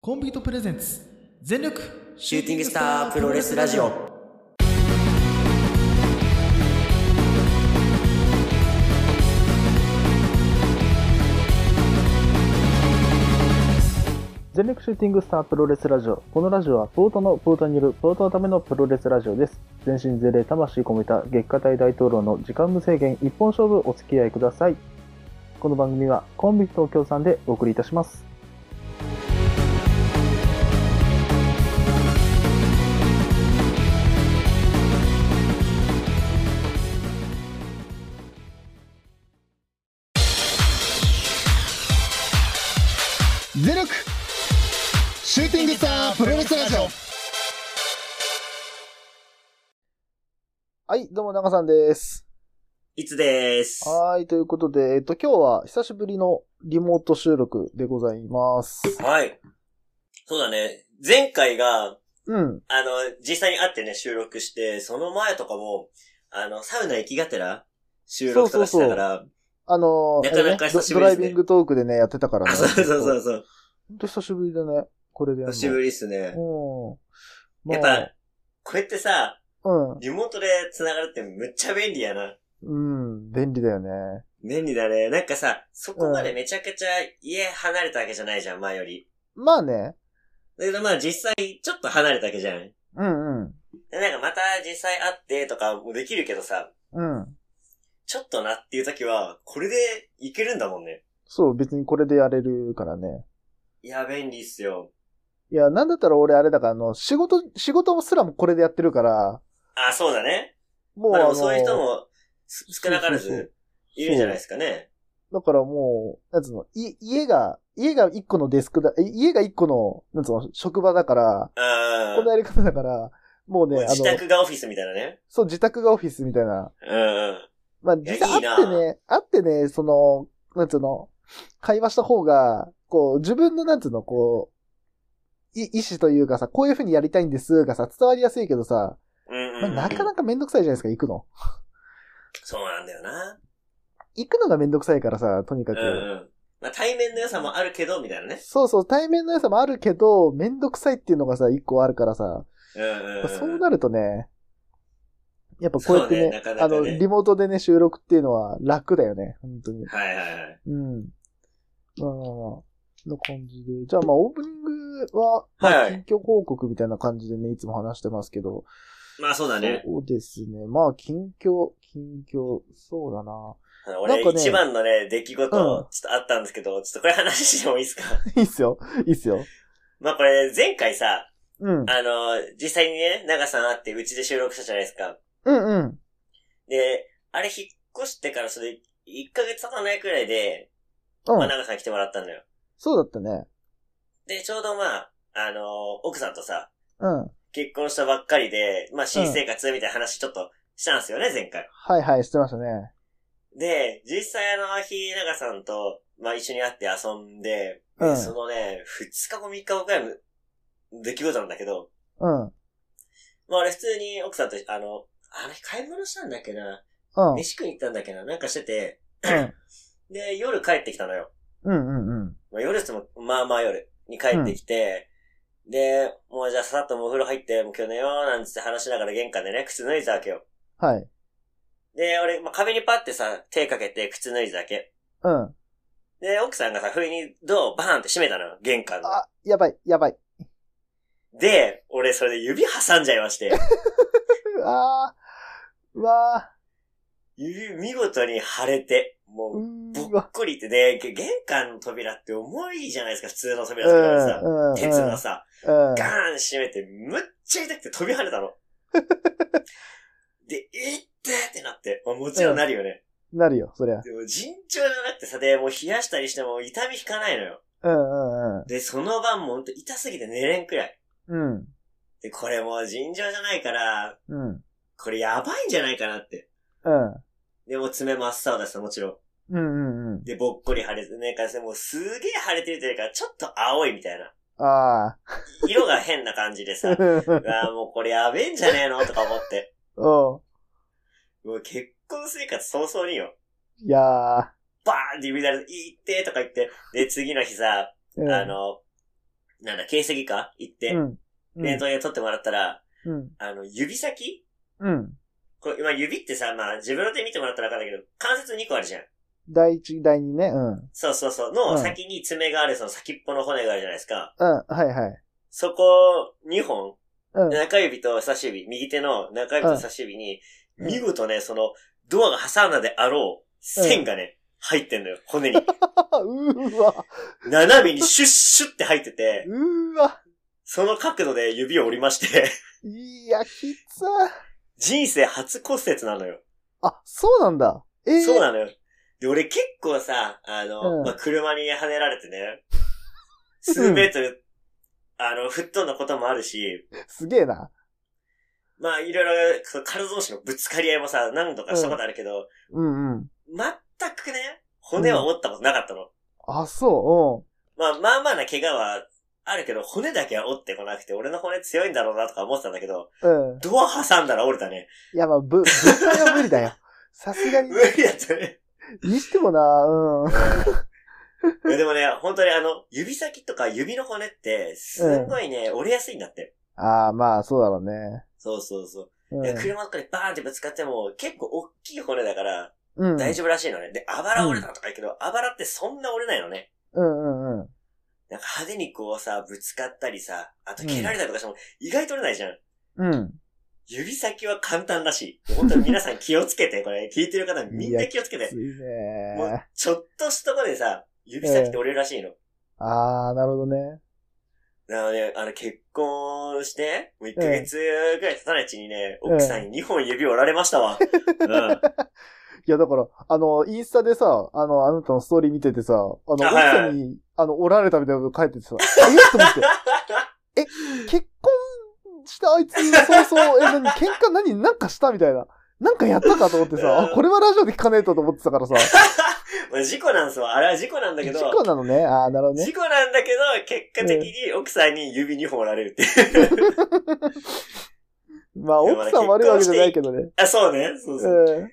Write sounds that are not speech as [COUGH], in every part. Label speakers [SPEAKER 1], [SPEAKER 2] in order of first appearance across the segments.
[SPEAKER 1] コンビートプレゼンツ全力
[SPEAKER 2] シューティングスタープロレスラジオ。
[SPEAKER 3] 全力シューティングスタープロレスラジオ。このラジオはポートのポートによるポートのためのプロレスラジオです。全身全霊魂込めた月下大大統領の時間無制限一本勝負お付き合いください。この番組はコンビ東京さんでお送りいたします。
[SPEAKER 4] 全力シューティングスタープロレスラジオ
[SPEAKER 3] はい、どうも長さんです。
[SPEAKER 2] いつです。は
[SPEAKER 3] はい、ということで、えっと、今日は久しぶりのリモート収録でございます。
[SPEAKER 2] い。そうだね。前回が、
[SPEAKER 3] うん。
[SPEAKER 2] あの、実際に会ってね、収録して、その前とかも、あの、サウナ行きがてら、収録とかしたから、
[SPEAKER 3] あのー
[SPEAKER 2] なかなか
[SPEAKER 3] あれね
[SPEAKER 2] 久し
[SPEAKER 3] ド
[SPEAKER 2] ぶり
[SPEAKER 3] ドラ
[SPEAKER 2] で
[SPEAKER 3] イ
[SPEAKER 2] すね
[SPEAKER 3] ビングトークでね、やってたからね。
[SPEAKER 2] あ、そうそうそうそう。
[SPEAKER 3] ほんと久しぶりだね。これでやる
[SPEAKER 2] 久
[SPEAKER 3] の。
[SPEAKER 2] しぶりっすね。
[SPEAKER 3] うん。
[SPEAKER 2] やっぱ、これってさ、
[SPEAKER 3] ぱ、
[SPEAKER 2] リモートで繋がるってむっちゃ便利やな。
[SPEAKER 3] うん。うん。便利だよね。
[SPEAKER 2] 便利だね。なんかさ、そこまでめちゃくちゃ家離れたわけじゃないじゃん、前より。
[SPEAKER 3] まあね。
[SPEAKER 2] だけどまあ実際ちょっと離れたわけじゃん。
[SPEAKER 3] うんうん。
[SPEAKER 2] でなんかまた実際会ってとかもできるけどさ、
[SPEAKER 3] うん。
[SPEAKER 2] ちょっとなっていう時は、これでいけるんだもんね。
[SPEAKER 3] そう、別にこれでやれるからね。
[SPEAKER 2] いや、便利っすよ。
[SPEAKER 3] いや、なんだったら俺あれだから、あの、仕事、仕事もすらもこれでやってるから、
[SPEAKER 2] あ、そうだね。
[SPEAKER 3] もう、
[SPEAKER 2] まあ
[SPEAKER 3] あ
[SPEAKER 2] でも
[SPEAKER 3] の、
[SPEAKER 2] そういう人もす少なから
[SPEAKER 3] そうそうそ
[SPEAKER 2] ずいるんじゃないですかね。
[SPEAKER 3] だからもう、なんつうの、い、家が、家が一個のデスクだ、い家が一個の、なんつうの、職場だから、
[SPEAKER 2] あ
[SPEAKER 3] このやり方だから、もう
[SPEAKER 2] あ。
[SPEAKER 3] ね、あ
[SPEAKER 2] 自
[SPEAKER 3] の、
[SPEAKER 2] 宅がオフィスみたいなね。
[SPEAKER 3] そう、自宅がオフィスみたいな。
[SPEAKER 2] うんうん。
[SPEAKER 3] まあ、
[SPEAKER 2] や
[SPEAKER 3] 実際
[SPEAKER 2] いいな
[SPEAKER 3] あってね、あってね、その、なんつうの、会話した方が、こう、自分のなんつうの、こう、い意思というかさ、こういう風にやりたいんですがさ、伝わりやすいけどさ、
[SPEAKER 2] うんうん
[SPEAKER 3] まあ
[SPEAKER 2] うん、
[SPEAKER 3] なかなかめんどくさいじゃないですか、行くの。
[SPEAKER 2] そうなんだよな。
[SPEAKER 3] 行くのがめんどくさいからさ、とにか
[SPEAKER 2] うん
[SPEAKER 3] く。
[SPEAKER 2] うん。まあ対面の良さもあるけど、みたいなね。
[SPEAKER 3] そうそう、対面の良さもあるけど、めんどくさいっていうのがさ、一個あるからさ、
[SPEAKER 2] うん
[SPEAKER 3] や
[SPEAKER 2] う
[SPEAKER 3] っ
[SPEAKER 2] ん。
[SPEAKER 3] ぱそうなるとね、やっぱこうやってね、
[SPEAKER 2] そうねなかな
[SPEAKER 3] あ
[SPEAKER 2] かね
[SPEAKER 3] の、リモートでね、収録っていうのは楽だよね、本当に。
[SPEAKER 2] はいはいはい。
[SPEAKER 3] うん。まあまあまあ、の感じで。じゃあまあオープニングは、ま
[SPEAKER 2] はい
[SPEAKER 3] あ
[SPEAKER 2] はい
[SPEAKER 3] 近況報告みたいな感じでね、いつも話してますけど。
[SPEAKER 2] まあそうだね。
[SPEAKER 3] そうですね。まあ近況、近況、そうだな。 [LAUGHS]
[SPEAKER 2] あの俺
[SPEAKER 3] なんかね
[SPEAKER 2] 一番のね、出来事、ち
[SPEAKER 3] う
[SPEAKER 2] ょ
[SPEAKER 3] ん
[SPEAKER 2] っとあったんですけど、ちょっとこれ話してもいいですか [LAUGHS]
[SPEAKER 3] いいっすよ。いいっすよ。
[SPEAKER 2] まあこれ、前回さ、
[SPEAKER 3] うん。
[SPEAKER 2] あの、実際にね、長さん会ってうちで収録したじゃないですか。
[SPEAKER 3] うんうん。
[SPEAKER 2] で、あれ引っ越してからそれ、1ヶ月経たないくらいで、ま
[SPEAKER 3] う
[SPEAKER 2] あ
[SPEAKER 3] ん。
[SPEAKER 2] 長さん来てもらったんだよ。
[SPEAKER 3] そうだったね。
[SPEAKER 2] で、ちょうどまあ、あの、奥さんとさ、
[SPEAKER 3] うん。は
[SPEAKER 2] 結婚したばっかりで、まあ新生活みたいな話ちょっとしたんですよね、前回。
[SPEAKER 3] いはい、してましたね。
[SPEAKER 2] で、実際あの日、長さんと、まあ一緒に会って遊んで、で
[SPEAKER 3] うん
[SPEAKER 2] そのね、2日後3日後くらいの出来事なんだけど、
[SPEAKER 3] うん。うん。
[SPEAKER 2] まあ俺普通に奥さんと、あの、あの日買い物したんだっけな、
[SPEAKER 3] うん。
[SPEAKER 2] 飯食いに行ったんだっけな、なんかしてて、で、夜帰ってきたのよ。
[SPEAKER 3] うんうんうん。
[SPEAKER 2] まあ、夜っつっても、まあまあ夜に帰ってきて、で、もうじゃあささっともうお風呂入って、もう今日寝ようなんつって話しながら玄関でね、靴脱いだわけよ。
[SPEAKER 3] はい。
[SPEAKER 2] で、俺、まあ、壁にパってさ、手かけて靴脱いだわけ。
[SPEAKER 3] うん。
[SPEAKER 2] で、奥さんがさ、不意にドアをバーンって閉めたのよ、玄関の。
[SPEAKER 3] あ、やばい、やばい。
[SPEAKER 2] で、俺それで指挟んじゃいまして、
[SPEAKER 3] うわー。うわ
[SPEAKER 2] 指見事に腫れて、
[SPEAKER 3] ー。う
[SPEAKER 2] もう、ぼ
[SPEAKER 3] ーわ
[SPEAKER 2] っ。こりってで、げ玄関の扉って重いじゃないですか、普通の扉
[SPEAKER 3] う
[SPEAKER 2] と
[SPEAKER 3] ん
[SPEAKER 2] かでさ、
[SPEAKER 3] うんうん
[SPEAKER 2] 鉄のさ、
[SPEAKER 3] う
[SPEAKER 2] ガ
[SPEAKER 3] ん
[SPEAKER 2] ーン閉めて、むっちゃ痛くて飛び跳ねたの。で、えってってなって。まあもちろんなるよね。
[SPEAKER 3] なるよ、そりゃ。
[SPEAKER 2] でも尋常じゃなくてさ、で、もう冷やしたりしても痛み引かないのよ。
[SPEAKER 3] うんうんうん。
[SPEAKER 2] で、その晩もほんと痛すぎて寝れんくらい。
[SPEAKER 3] うん。
[SPEAKER 2] で、これもう尋常じゃないから、
[SPEAKER 3] うん。
[SPEAKER 2] これやばいんじゃないかなって。
[SPEAKER 3] うん。
[SPEAKER 2] で、もう爪真っ青だしさ、もちろ
[SPEAKER 3] うんうんうん
[SPEAKER 2] ん。。で、ぼっこり腫れて、なんかさもうすげえ腫れてるというか、ちょっと青いみたいな。
[SPEAKER 3] ああ。
[SPEAKER 2] 色が変な感じで
[SPEAKER 3] [LAUGHS]
[SPEAKER 2] さ、あもうこれやべえんじゃねえのとか思って。
[SPEAKER 3] お
[SPEAKER 2] もう結婚生活早々によ。
[SPEAKER 3] いやー。
[SPEAKER 2] バーンって指なる、いってとか言って、で、次の日さ、
[SPEAKER 3] うん
[SPEAKER 2] あ、の、なんだ、形跡か行って、
[SPEAKER 3] うん。うん
[SPEAKER 2] 冷凍で取ってもらったら、
[SPEAKER 3] うん。
[SPEAKER 2] あの、指先
[SPEAKER 3] うん。
[SPEAKER 2] これ、まあ、指ってさ、まあ、自分の手見てもらったら分かるんだけど、関節2個あるじゃん。
[SPEAKER 3] 第一、第二ね。うん。うん。
[SPEAKER 2] そうそうそう。
[SPEAKER 3] う
[SPEAKER 2] の
[SPEAKER 3] ん
[SPEAKER 2] 先に爪がある、その先っぽの骨があるじゃないですか。
[SPEAKER 3] はいはい。
[SPEAKER 2] そこ、2本、
[SPEAKER 3] うん。
[SPEAKER 2] 中指と差し指、右手の中指と差し指に、
[SPEAKER 3] うん
[SPEAKER 2] 見事ね、その、ドアが挟んだであろう、線がね、入ってんのよ、骨
[SPEAKER 3] [LAUGHS]
[SPEAKER 2] に。
[SPEAKER 3] うーわ。
[SPEAKER 2] 斜めにシュッシュッって入ってて、
[SPEAKER 3] うーわ。
[SPEAKER 2] その角度で指を折りまして、
[SPEAKER 3] いや、きつ
[SPEAKER 2] 人生初骨折なのよ。
[SPEAKER 3] あ、そうなんだ。えー、
[SPEAKER 2] そうなのよ。で、俺結構さ、あの、
[SPEAKER 3] うん
[SPEAKER 2] まあ、車に跳ねられてね、数メートル、あの、吹っ飛んだこともあるし、
[SPEAKER 3] すげえな。
[SPEAKER 2] まあ、いろいろ、その体同士のぶつかり合いもさ、何度かしたことあるけど、
[SPEAKER 3] うんうん。
[SPEAKER 2] 全くね、骨は折ったことなかったの。
[SPEAKER 3] あ、そ
[SPEAKER 2] まあ、まあまあな怪我はあるけど、骨だけは折ってこなくて、俺の骨強いんだろうなとか思ってたんだけど、
[SPEAKER 3] う。うん。うん。
[SPEAKER 2] ドア挟んだら折れたね。
[SPEAKER 3] いや、まあ、ぶ、物体は無理だ
[SPEAKER 2] [LAUGHS]
[SPEAKER 3] よ。さすがに
[SPEAKER 2] 無。理だったね。 [LAUGHS]
[SPEAKER 3] にしてもな、うん。
[SPEAKER 2] いやでもね、本当にあの、指先とか指の骨って、すんごいね、折れやすいんだって。
[SPEAKER 3] ああ、まあ、そうだろうね。
[SPEAKER 2] そうそうそう。
[SPEAKER 3] うん
[SPEAKER 2] いや車とかでバーンってぶつかっても、結構大きい骨だから、
[SPEAKER 3] うん。
[SPEAKER 2] 大丈夫らしいのね。で、あばら折れたとか言うけど、あばらってそんな折れないのね。
[SPEAKER 3] うんうんうん。
[SPEAKER 2] なんか派手にこうさ、ぶつかったりさ、あと蹴られたりとかしても、意外と折れないじゃん。
[SPEAKER 3] うん。
[SPEAKER 2] 指先は簡単らしい。本当に皆さん気をつけて、これ、聞いてる方みんな気をつけ
[SPEAKER 3] き
[SPEAKER 2] て
[SPEAKER 3] つ。い
[SPEAKER 2] もう
[SPEAKER 3] ね。、
[SPEAKER 2] ちょっとしたとこでさ、指先って折れるらしいの。
[SPEAKER 3] ああ、なるほどね。
[SPEAKER 2] なので、あの、結婚して、もう1ヶ月ぐらい経たないうちにね、
[SPEAKER 3] うん
[SPEAKER 2] 奥さんに2本指折られましたわ。うん。あ、
[SPEAKER 3] いや、だから、あの、インスタでさ、あの、あなたのストーリー見ててさ、あの、奥
[SPEAKER 2] あはいはい
[SPEAKER 3] さんに、あの、おられたみたいなこと書いててさ、え [LAUGHS] っと思って、結婚したあいつ、そうそう、え、何、喧嘩何、なんかしたみたいな。なんかやったかと思ってさ、あ、これはラジオで聞かねえとと思ってたからさ、
[SPEAKER 2] まあ事故なんすわ。あれは事故なんだけ
[SPEAKER 3] 事
[SPEAKER 2] ど、
[SPEAKER 3] 故なのね。ああ、なるほどね
[SPEAKER 2] 事。故なんだけど、結果的に奥さんに指2本折られるっていう。
[SPEAKER 3] まあ、奥さん悪いわけじゃないけどね。
[SPEAKER 2] あ、そうね。そうそう。
[SPEAKER 3] うん。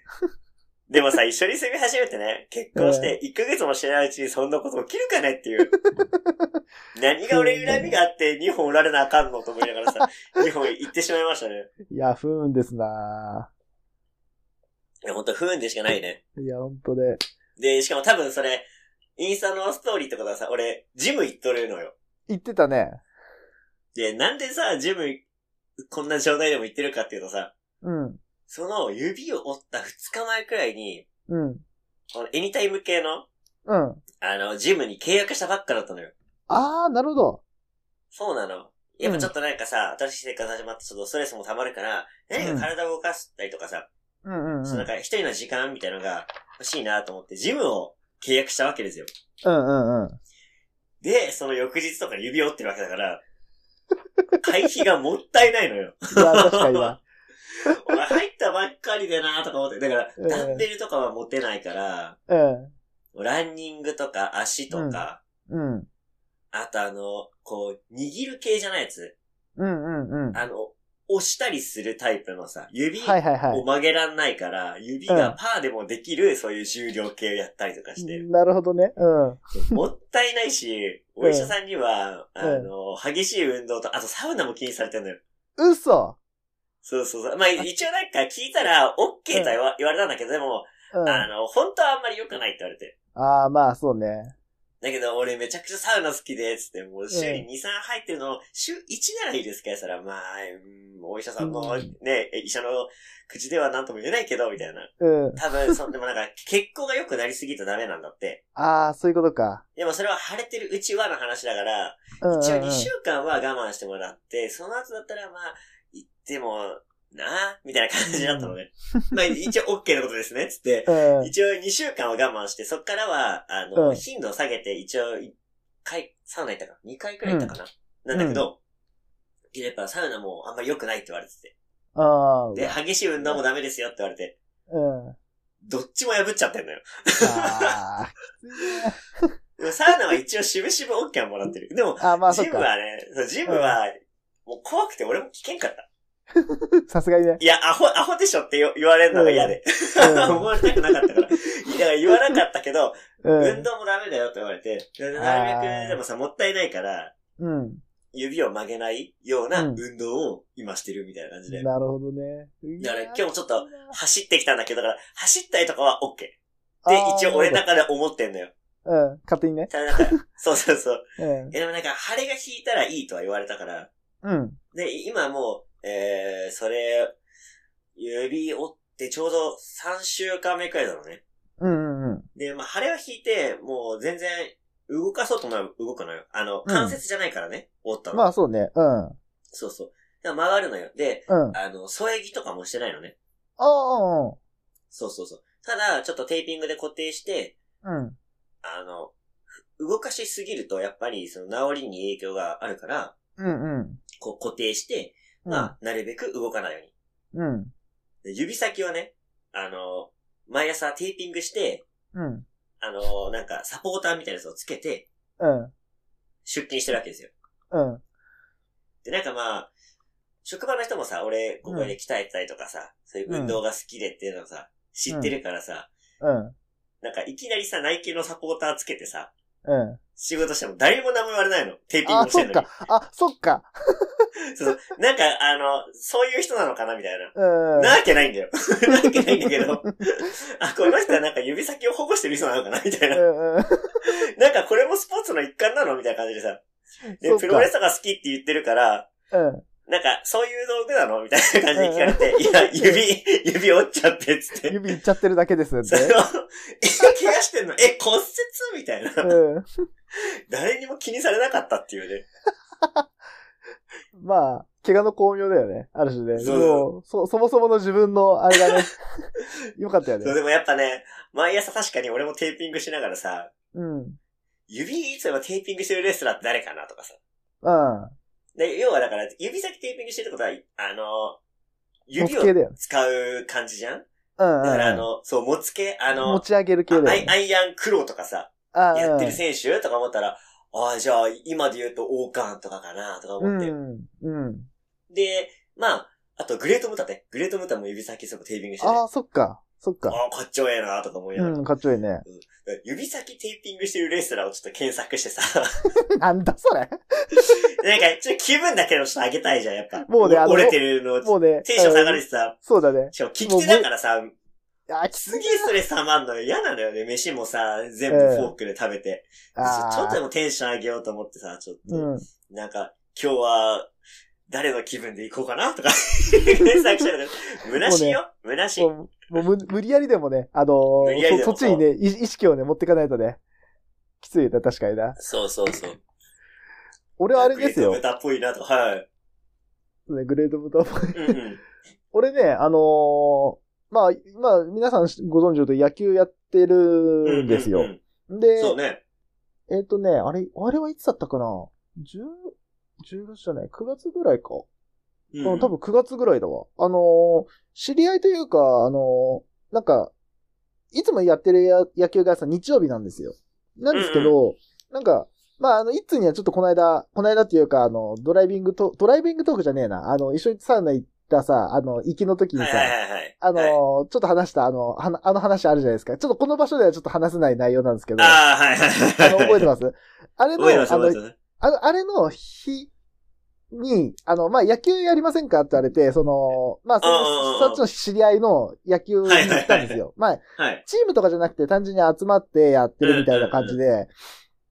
[SPEAKER 2] でもさ、一緒に住み始めてね、結婚して1ヶ月もしてないうちにそんなこと起きるかねっていう。 [LAUGHS] 何が俺恨みがあって2本おられなあかんのと思いながらさ、2本行ってしまいましたね。
[SPEAKER 3] いや、不運ですない
[SPEAKER 2] や、ほんと不運でしかないね。
[SPEAKER 3] いや、ほんとね。
[SPEAKER 2] で、しかも多分それ、インスタのストーリーってことはさ、俺、ジム行っとるのよ。
[SPEAKER 3] 言ってたね。
[SPEAKER 2] で、なんでさ、ジム、こんな状態でも行ってるかっていうとさ、
[SPEAKER 3] うん。
[SPEAKER 2] その指を折った2日前くらいに、
[SPEAKER 3] うん。
[SPEAKER 2] このエニタイム系の、
[SPEAKER 3] うん。
[SPEAKER 2] あの、ジムに契約したばっかだったのよ。
[SPEAKER 3] ああ、なるほど。
[SPEAKER 2] そうなの。やっぱちょっとなんかさ、新しい生活始まってちょっとストレスも溜まるから、何か体を動かしたりとかさ、
[SPEAKER 3] うんうんうん。
[SPEAKER 2] そのなんか一人の時間みたいなのが欲しいなと思って、ジムを契約したわけですよ。
[SPEAKER 3] うんうんうん。
[SPEAKER 2] で、その翌日とかに指折ってるわけだ
[SPEAKER 3] [LAUGHS]
[SPEAKER 2] から、会費がもったいないのよ。
[SPEAKER 3] いや、確かに
[SPEAKER 2] [LAUGHS]
[SPEAKER 3] な。
[SPEAKER 2] 俺入ったばっかりでなとか思って、だから
[SPEAKER 3] うん、
[SPEAKER 2] ダンベルとかは持てないから、
[SPEAKER 3] うん。
[SPEAKER 2] ランニングとか足とか、
[SPEAKER 3] うん。
[SPEAKER 2] あとあの、こう、握る系じゃないやつ。
[SPEAKER 3] うんうんうん。は
[SPEAKER 2] あの、押したりするタイプのさ、指
[SPEAKER 3] い
[SPEAKER 2] を
[SPEAKER 3] はいは
[SPEAKER 2] 曲げらんないから、指がパーでもできる、そういう重量系をやったりとか
[SPEAKER 3] い
[SPEAKER 2] して。。
[SPEAKER 3] なるほどね。うん。
[SPEAKER 2] もったいないし、お医者さんには、
[SPEAKER 3] うん
[SPEAKER 2] あの、激しい運動と、あとサウナも禁止されてるのよ。
[SPEAKER 3] 嘘
[SPEAKER 2] そうそうそう。まあ、一応なんか聞いたら、オッケーとは言わ言われたんだけど、でも、
[SPEAKER 3] うん。
[SPEAKER 2] あの、本当はあんまり良くないって言われて。
[SPEAKER 3] ああ、まあそうね。
[SPEAKER 2] だけど、俺めちゃくちゃサウナ好きで、つって、もう週に2、3入ってるの、週1ならいいですかやったら、まあ、うんお医者さんの、
[SPEAKER 3] うん
[SPEAKER 2] ね、医者の口ではなんとも言えないけど、みたいな。
[SPEAKER 3] うん。
[SPEAKER 2] 多分、そんでもなんか、血行が良くなりすぎたらダメなんだって。
[SPEAKER 3] ああ、そういうことか。
[SPEAKER 2] でもそれは腫れてるうちはの話だから、
[SPEAKER 3] うんうんうん。
[SPEAKER 2] 一応2週間は我慢してもらって、その後だったらまあ、行っても、なあみたいな感じだったのね。まあ、一応 OK のことですね、つって。
[SPEAKER 3] うん。
[SPEAKER 2] 一応2週間は我慢して、そっからは、あの、
[SPEAKER 3] うん
[SPEAKER 2] 頻度を下げて、一応、1回、サウナ行ったかな ?2 回くらい行ったかな、なんだけど、やっぱサウナもあんまり良くないって言われてて。
[SPEAKER 3] ああ。
[SPEAKER 2] で、激しい運動もダメですよって言われて、
[SPEAKER 3] うん。あ
[SPEAKER 2] どっちも破っちゃってんのよ。 [LAUGHS]
[SPEAKER 3] あ。
[SPEAKER 2] でもサウナは一応渋々 OK はもらってる。でも、
[SPEAKER 3] ああ、まあそ
[SPEAKER 2] ジ
[SPEAKER 3] っ
[SPEAKER 2] ム
[SPEAKER 3] か。 [LAUGHS]
[SPEAKER 2] はね、そうジムは、もう怖くて俺も危険かった。
[SPEAKER 3] さすがにね。
[SPEAKER 2] いや、アホ、アホでしょって言言われるのが嫌で。 [LAUGHS] 思われたくなかったから。だから言わなかったけど、
[SPEAKER 3] うん。う
[SPEAKER 2] 運
[SPEAKER 3] ん。
[SPEAKER 2] 動もダメだよって言われて、でなるべく、でもさ、もったいないから、
[SPEAKER 3] うん。
[SPEAKER 2] 指を曲げないような
[SPEAKER 3] うん
[SPEAKER 2] 運動を今してるみたいな感じで。
[SPEAKER 3] なるほどね。
[SPEAKER 2] だから今日もちょっと
[SPEAKER 3] いや
[SPEAKER 2] 走ってきたんだけど、だから、走ったりとかは OK。で、
[SPEAKER 3] ー
[SPEAKER 2] 一応俺の中で思ってんのよ。
[SPEAKER 3] うん、勝手にね。
[SPEAKER 2] ただなんか、そうそうそう。
[SPEAKER 3] うん。
[SPEAKER 2] え、でもなんか、晴れが引いたらいいとは言われたから。
[SPEAKER 3] うん。
[SPEAKER 2] で、今もう、えー、それ、指折ってちょうど3週間目くらいだろうね。
[SPEAKER 3] うんうんうん。
[SPEAKER 2] で、まあ、晴れは引いて、もう全然、動かそうとも動くのよ。あの、
[SPEAKER 3] うん
[SPEAKER 2] 関節じゃないからね、折ったの。
[SPEAKER 3] まあそうね。うん。うん。
[SPEAKER 2] そうそう。だから曲がるのよ。で、
[SPEAKER 3] あ
[SPEAKER 2] あの、添え木とかもしてないのね。
[SPEAKER 3] あ、
[SPEAKER 2] そうそうそう。ただ、ちょっとテーピングで固定して、
[SPEAKER 3] うん。
[SPEAKER 2] あの、ふ動かしすぎると、やっぱり、その、治りに影響があるから、
[SPEAKER 3] うんうん。
[SPEAKER 2] こう固定して、
[SPEAKER 3] うん
[SPEAKER 2] まあ、なるべく動かないように。
[SPEAKER 3] うん。
[SPEAKER 2] で指先をね、あの、毎朝テーピングして、
[SPEAKER 3] うん。
[SPEAKER 2] あの、なんか、サポーターみたいなやつをつけて、
[SPEAKER 3] うん。
[SPEAKER 2] 出勤してるわけですよ。
[SPEAKER 3] うん。
[SPEAKER 2] で、なんかまあ、職場の人もさ、俺、ここで鍛えてたりとかさ、そういう運動が好きでっていうのをさ、知ってるからさ、
[SPEAKER 3] うん。
[SPEAKER 2] なんかいきなりさ、ナイキのサポーターつけてさ、
[SPEAKER 3] うん。
[SPEAKER 2] 仕事しても誰にも何も言われないの。テーピン
[SPEAKER 3] あ
[SPEAKER 2] グ、して
[SPEAKER 3] そ
[SPEAKER 2] る
[SPEAKER 3] っ
[SPEAKER 2] のに
[SPEAKER 3] か。。あ、そっか。
[SPEAKER 2] そうそうなんか、あの、そういう人なのかなみたいな。
[SPEAKER 3] うん。
[SPEAKER 2] なわけないんだよ。 [LAUGHS] なわけないんだけど。あ、この人はなんか指先を保護してる人なのかなみたいな
[SPEAKER 3] う。んうん。
[SPEAKER 2] なんかこれもスポーツの一環なのみたいな感じでさ。
[SPEAKER 3] そ
[SPEAKER 2] で
[SPEAKER 3] っ、か
[SPEAKER 2] プロレスとか好きって言ってるから、
[SPEAKER 3] うん。
[SPEAKER 2] なんか、そういう道具なのみたいな感じで聞かれて、いや、指、指折っちゃって、つって。
[SPEAKER 3] 指いっちゃってるだけです
[SPEAKER 2] [LAUGHS]
[SPEAKER 3] っ
[SPEAKER 2] その、え
[SPEAKER 3] て。、
[SPEAKER 2] 怪我してんのえ、骨折みたいな。
[SPEAKER 3] うん。
[SPEAKER 2] 誰にも気にされなかったっていうね。
[SPEAKER 3] まあ、怪我の巧妙だよね。ある種ね。
[SPEAKER 2] そう
[SPEAKER 3] もう、そ、そもそもの自分の、あれがね、
[SPEAKER 2] [LAUGHS]
[SPEAKER 3] よかったよ
[SPEAKER 2] そう、
[SPEAKER 3] ね。
[SPEAKER 2] でもやっぱね、毎朝確かに俺もテーピングしながらさ、
[SPEAKER 3] うん。うん。
[SPEAKER 2] 指いつもテーピングしてるレスラーって誰かなとかさ。
[SPEAKER 3] あ
[SPEAKER 2] で、要はだから、指先テーピングしてるってことは、あの、
[SPEAKER 3] 持
[SPEAKER 2] 指
[SPEAKER 3] つ系
[SPEAKER 2] を
[SPEAKER 3] だよね。
[SPEAKER 2] 使う感じじゃん
[SPEAKER 3] うん
[SPEAKER 2] だ
[SPEAKER 3] うん
[SPEAKER 2] からあ
[SPEAKER 3] うん。
[SPEAKER 2] の、そう、持つ系、あの
[SPEAKER 3] 持、ち上げる系
[SPEAKER 2] ア
[SPEAKER 3] だよ
[SPEAKER 2] イ
[SPEAKER 3] ね。
[SPEAKER 2] アイアンクローとかさ、
[SPEAKER 3] ああ
[SPEAKER 2] やってる選手とか思ったら、ああ、じゃあ、今で言うと王冠とかかなとか
[SPEAKER 3] う
[SPEAKER 2] 思って。
[SPEAKER 3] ん。うん。
[SPEAKER 2] で、まあ、あとグレートムタね。グレートムタも指先すぐテーピングしてて、
[SPEAKER 3] あ
[SPEAKER 2] あ
[SPEAKER 3] あ、そっか。そっか。
[SPEAKER 2] あ、かっちょええなとか思いながら
[SPEAKER 3] う。ん、かっちょいいね。
[SPEAKER 2] 指先テーピングしてるレスラーをちょっと検索してさ、 [LAUGHS]
[SPEAKER 3] なんだそれ。
[SPEAKER 2] なんかちょっと気分だけのちょっと上げたいじゃん、やっぱ。
[SPEAKER 3] もうねあの
[SPEAKER 2] 折れてるの、
[SPEAKER 3] もうね。
[SPEAKER 2] テンション下がるしさ
[SPEAKER 3] う、んそうだね。
[SPEAKER 2] しかも聞き手だからさ、
[SPEAKER 3] あ、き
[SPEAKER 2] すげえストレス溜まんのよ。嫌なのよね。飯もさ、全部フォークで食べて。
[SPEAKER 3] あ
[SPEAKER 2] ちょっとで
[SPEAKER 3] ー
[SPEAKER 2] もテンション上げようと思ってさ、ちょっと。
[SPEAKER 3] うん。
[SPEAKER 2] なんか、今日は、誰の気分で行こうかな
[SPEAKER 3] [LAUGHS]
[SPEAKER 2] とか、検索したら、虚しいよ。虚しい。
[SPEAKER 3] もう、もうむ無理やりでもね、あの
[SPEAKER 2] 無理やり
[SPEAKER 3] ー、
[SPEAKER 2] で
[SPEAKER 3] そそ
[SPEAKER 2] も
[SPEAKER 3] っちにね、い意識をね、持っていかないとね。きついな、確かにな。
[SPEAKER 2] そうそうそう。
[SPEAKER 3] 俺はあれですよ
[SPEAKER 2] グレー。ト豚っぽいなとか、はい。
[SPEAKER 3] ねグレートブターボーイ
[SPEAKER 2] うんうん。
[SPEAKER 3] 俺ね、あのーまあ、まあ、皆さんご存知のとり野球やってるんですよ。
[SPEAKER 2] うんうんうん
[SPEAKER 3] で、
[SPEAKER 2] そうね。
[SPEAKER 3] えっ、とね、あれ、あれはいつだったかな ?10、10月じゃない、9月ぐらいか。
[SPEAKER 2] う
[SPEAKER 3] うん、多分9月ぐらいだわ。あのー知り合いというか、あのーなんか、いつもやってるや野球がさ、日曜日なんですよ。なんですけど、なんか、まあ、あの、いつにはちょっとこの間、この間っていうか、あの、ドライビングト、ドライビングトークじゃねえな。あの、一緒にサウナ行ったさ、あの、行きの時に
[SPEAKER 2] はい
[SPEAKER 3] さ、
[SPEAKER 2] はいはいはい。
[SPEAKER 3] あのー
[SPEAKER 2] はい
[SPEAKER 3] ちょっと話した、あの、はなあの話あるじゃないですか。ちょっとこの場所ではちょっと話せない内容なんですけど、あ
[SPEAKER 2] ああ、はいはいはい。
[SPEAKER 3] の、覚えてますあれの、
[SPEAKER 2] 覚えてます、
[SPEAKER 3] あの
[SPEAKER 2] 覚えて、ます。
[SPEAKER 3] あの、あれの日に、あの、まあ、野球やりませんかって言われて、その、まあ、そ
[SPEAKER 2] うんうんう
[SPEAKER 3] の
[SPEAKER 2] ん
[SPEAKER 3] そっちの知り合いの野球に行ったんですよ。まあ、
[SPEAKER 2] はい。
[SPEAKER 3] チームとかじゃなくて単純に集まってやってるみたいな感じで。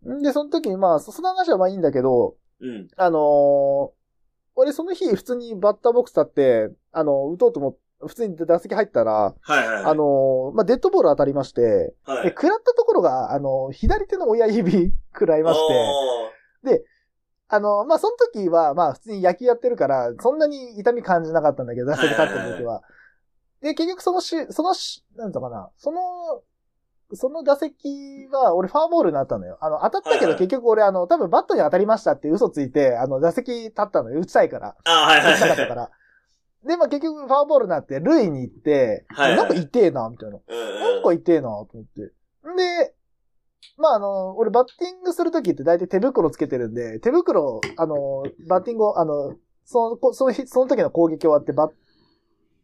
[SPEAKER 3] んで、その時にまあ、そその話はまあいいんだけど、
[SPEAKER 2] うん。
[SPEAKER 3] あのー俺その日普通にバッターボックス立って、あの、打とうと思って、普通に打席入ったら、
[SPEAKER 2] はいはいはい。
[SPEAKER 3] あのーまあ、デッドボール当たりまして、
[SPEAKER 2] は
[SPEAKER 3] で、
[SPEAKER 2] い、
[SPEAKER 3] 食らったところが、あのー左手の親指食らいまして、
[SPEAKER 2] おー
[SPEAKER 3] あの、まあ、その時は、まあ、普通に野球やってるから、そんなに痛み感じなかったんだけど、打席立ってる時は。で、結局そのし、そのし、なんとかな、その、その打席は、俺ファーボールになったのよ。あの、当たったけ
[SPEAKER 2] はい
[SPEAKER 3] ど
[SPEAKER 2] はい
[SPEAKER 3] 結局俺、あの、多分バットに当たりましたって嘘ついて、あの、打席立ったのよ。打ちたいから。
[SPEAKER 2] ああ、はい
[SPEAKER 3] 打
[SPEAKER 2] はい
[SPEAKER 3] ちたかっ
[SPEAKER 2] は
[SPEAKER 3] た
[SPEAKER 2] い
[SPEAKER 3] か
[SPEAKER 2] はい。
[SPEAKER 3] ら。で、まあ、結局ファーボールになって、塁に行って、
[SPEAKER 2] はいはい
[SPEAKER 3] なんか痛えな、みたいな。
[SPEAKER 2] うんうん
[SPEAKER 3] なんか痛えなと思って。で、まああの、俺バッティングするときって大体手袋つけてるんで、手袋を、あの、バッティングを、あの、その、こその日、その時の攻撃終わって、バッ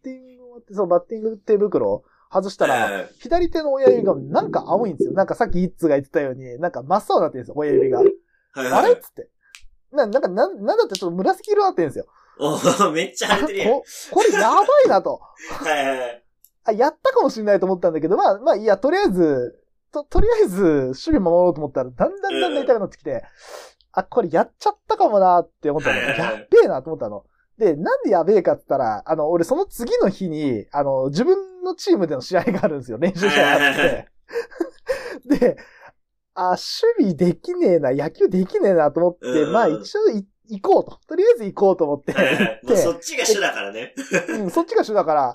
[SPEAKER 3] ティング終わって、そのバッティング手袋を外したら、
[SPEAKER 2] はい
[SPEAKER 3] 左手の親指がなんか青いんですよ。なんかさっきイッツが言ってたように、なんか真っ青になってるんですよ、親指が。
[SPEAKER 2] はいはい
[SPEAKER 3] あれっつって。な、なんか、な、なんだってちょっと紫色になってるんですよ。
[SPEAKER 2] おーめっちゃ腫れてるやん。
[SPEAKER 3] ここれやばいなと。
[SPEAKER 2] はいはいはい。
[SPEAKER 3] あ、やったかもしれないと思ったんだけど、まあ、まあ、いや、とりあえず、と、とりあえず、守備守ろうと思ったら、だんだんだんだん痛くなってきて、あ、これやっちゃったかもなって思ったの。
[SPEAKER 2] はいはいはい
[SPEAKER 3] やっべえなと思ったの。で、なんでやべえかって言ったら、あの、俺その次の日に、あの、自分のチームでの試合があるんですよ。練習試合があって。 [LAUGHS] で、あ、守備できねえな、野球できねえなと思って、
[SPEAKER 2] うん
[SPEAKER 3] まあ一応い行こうと。とりあえず行こうと思って。
[SPEAKER 2] はいはいも
[SPEAKER 3] で
[SPEAKER 2] うそっちが主だからね。
[SPEAKER 3] うん、そっちが主だから。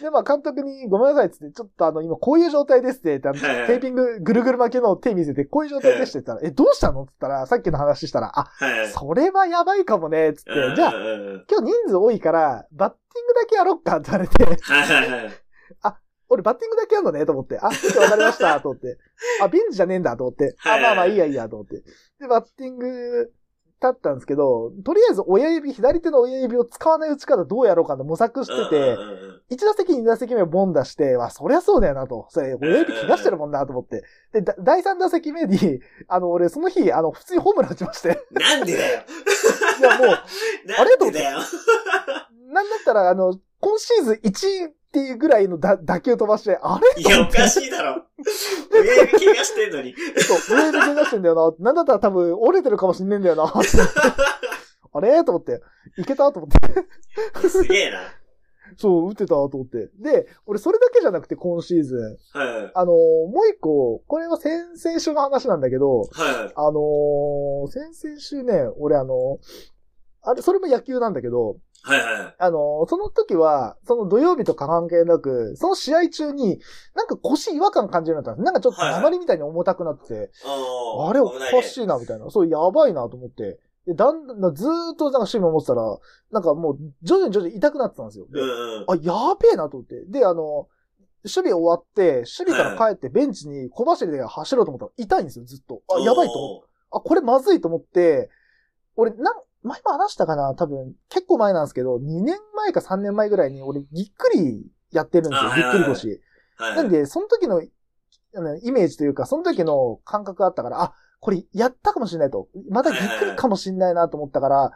[SPEAKER 3] で、まあ監督にごめんなさいっつって、ちょっとあの、今こういう状態ですって、ってあの
[SPEAKER 2] はいはい
[SPEAKER 3] テーピングぐるぐる巻きの手見せて、こういう状態ですって言ったら、え、どうしたのって言ったら、さっきの話したら、あ、
[SPEAKER 2] はいはい。
[SPEAKER 3] それはやばいかもね、っつって
[SPEAKER 2] うん、
[SPEAKER 3] じゃあ、
[SPEAKER 2] うんうんうん
[SPEAKER 3] 今日人数多いから、バッティングだけやろっかって言われて、 [LAUGHS]
[SPEAKER 2] はいはいはい。
[SPEAKER 3] 俺バッティングだけやんのね、と思って、あ、ちょっとわかりました、と思って、あ、ベンチじゃねえんだ、と思って、あ、まあまあいいやいいや、と思って。で、バッティング、立ったんですけど、とりあえず親指、左手の親指を使わないうちからどうやろうかって模索してて、
[SPEAKER 2] うんうんうんうん
[SPEAKER 3] 一打席、二打席目をボン出して、わ、そりゃそうだよなと。それ、親指怪我してるもんなと思って。で、だ第三打席目に、 [LAUGHS] あの、俺、その日、あの、普通にホームラン打ちまして。
[SPEAKER 2] なんでだよ。
[SPEAKER 3] いや、もう、
[SPEAKER 2] なんでだよ。
[SPEAKER 3] なんだったら、あの、今シーズン1っていうぐらいの打打球飛ばして、あれ
[SPEAKER 2] いや、おかしいだろ。親指怪我してんのに。
[SPEAKER 3] ちょっと、親指怪我してんだよな。なんだったら多分、折れてるかもしんねえんだよな。 [LAUGHS] あれと思って、いけたと思って。
[SPEAKER 2] すげえな。
[SPEAKER 3] そう、打ってたと思って。で、俺、それだけじゃなくて、今シーズン。
[SPEAKER 2] はいはい。
[SPEAKER 3] あの、もう一個、これは先々週の話なんだけど、
[SPEAKER 2] はいはい。
[SPEAKER 3] あのー先々週ね、俺あのーあれ、それも野球なんだけど、
[SPEAKER 2] はいはいはい。
[SPEAKER 3] あのーその時は、その土曜日とか関係なく、その試合中に、なんか腰違和感感じるようになったんです。なんかちょっと
[SPEAKER 2] はいはい
[SPEAKER 3] 鉛みたいに重たくなってて、
[SPEAKER 2] おー
[SPEAKER 3] あれお
[SPEAKER 2] 危ないね
[SPEAKER 3] かしいな、みたいな。そう、やばいなと思って。で、だんだん、ずーっとなんか趣味を持ってたら、なんかもう、徐々に徐々に痛くなってたんですよ。で
[SPEAKER 2] うんうん。
[SPEAKER 3] あ、やべえなと思って。で、あの、守備終わって、守備から帰ってベンチに小走りで走ろうと思ったら痛いんですよ、ずっと。あ、やばいと思って。あ、これまずいと思って、俺、なん、前も話したかな多分、結構前なんですけど、2年前か3年前ぐらいに、俺、ぎっくりやってるんですよ
[SPEAKER 2] あ、はい
[SPEAKER 3] ぎっ
[SPEAKER 2] はい
[SPEAKER 3] くり腰。
[SPEAKER 2] おー。はい。
[SPEAKER 3] なんで、その時の、あのイメージというか、その時の感覚があったから、あ、これやったかもしれないと。またぎっくりかもしれないなと思ったから、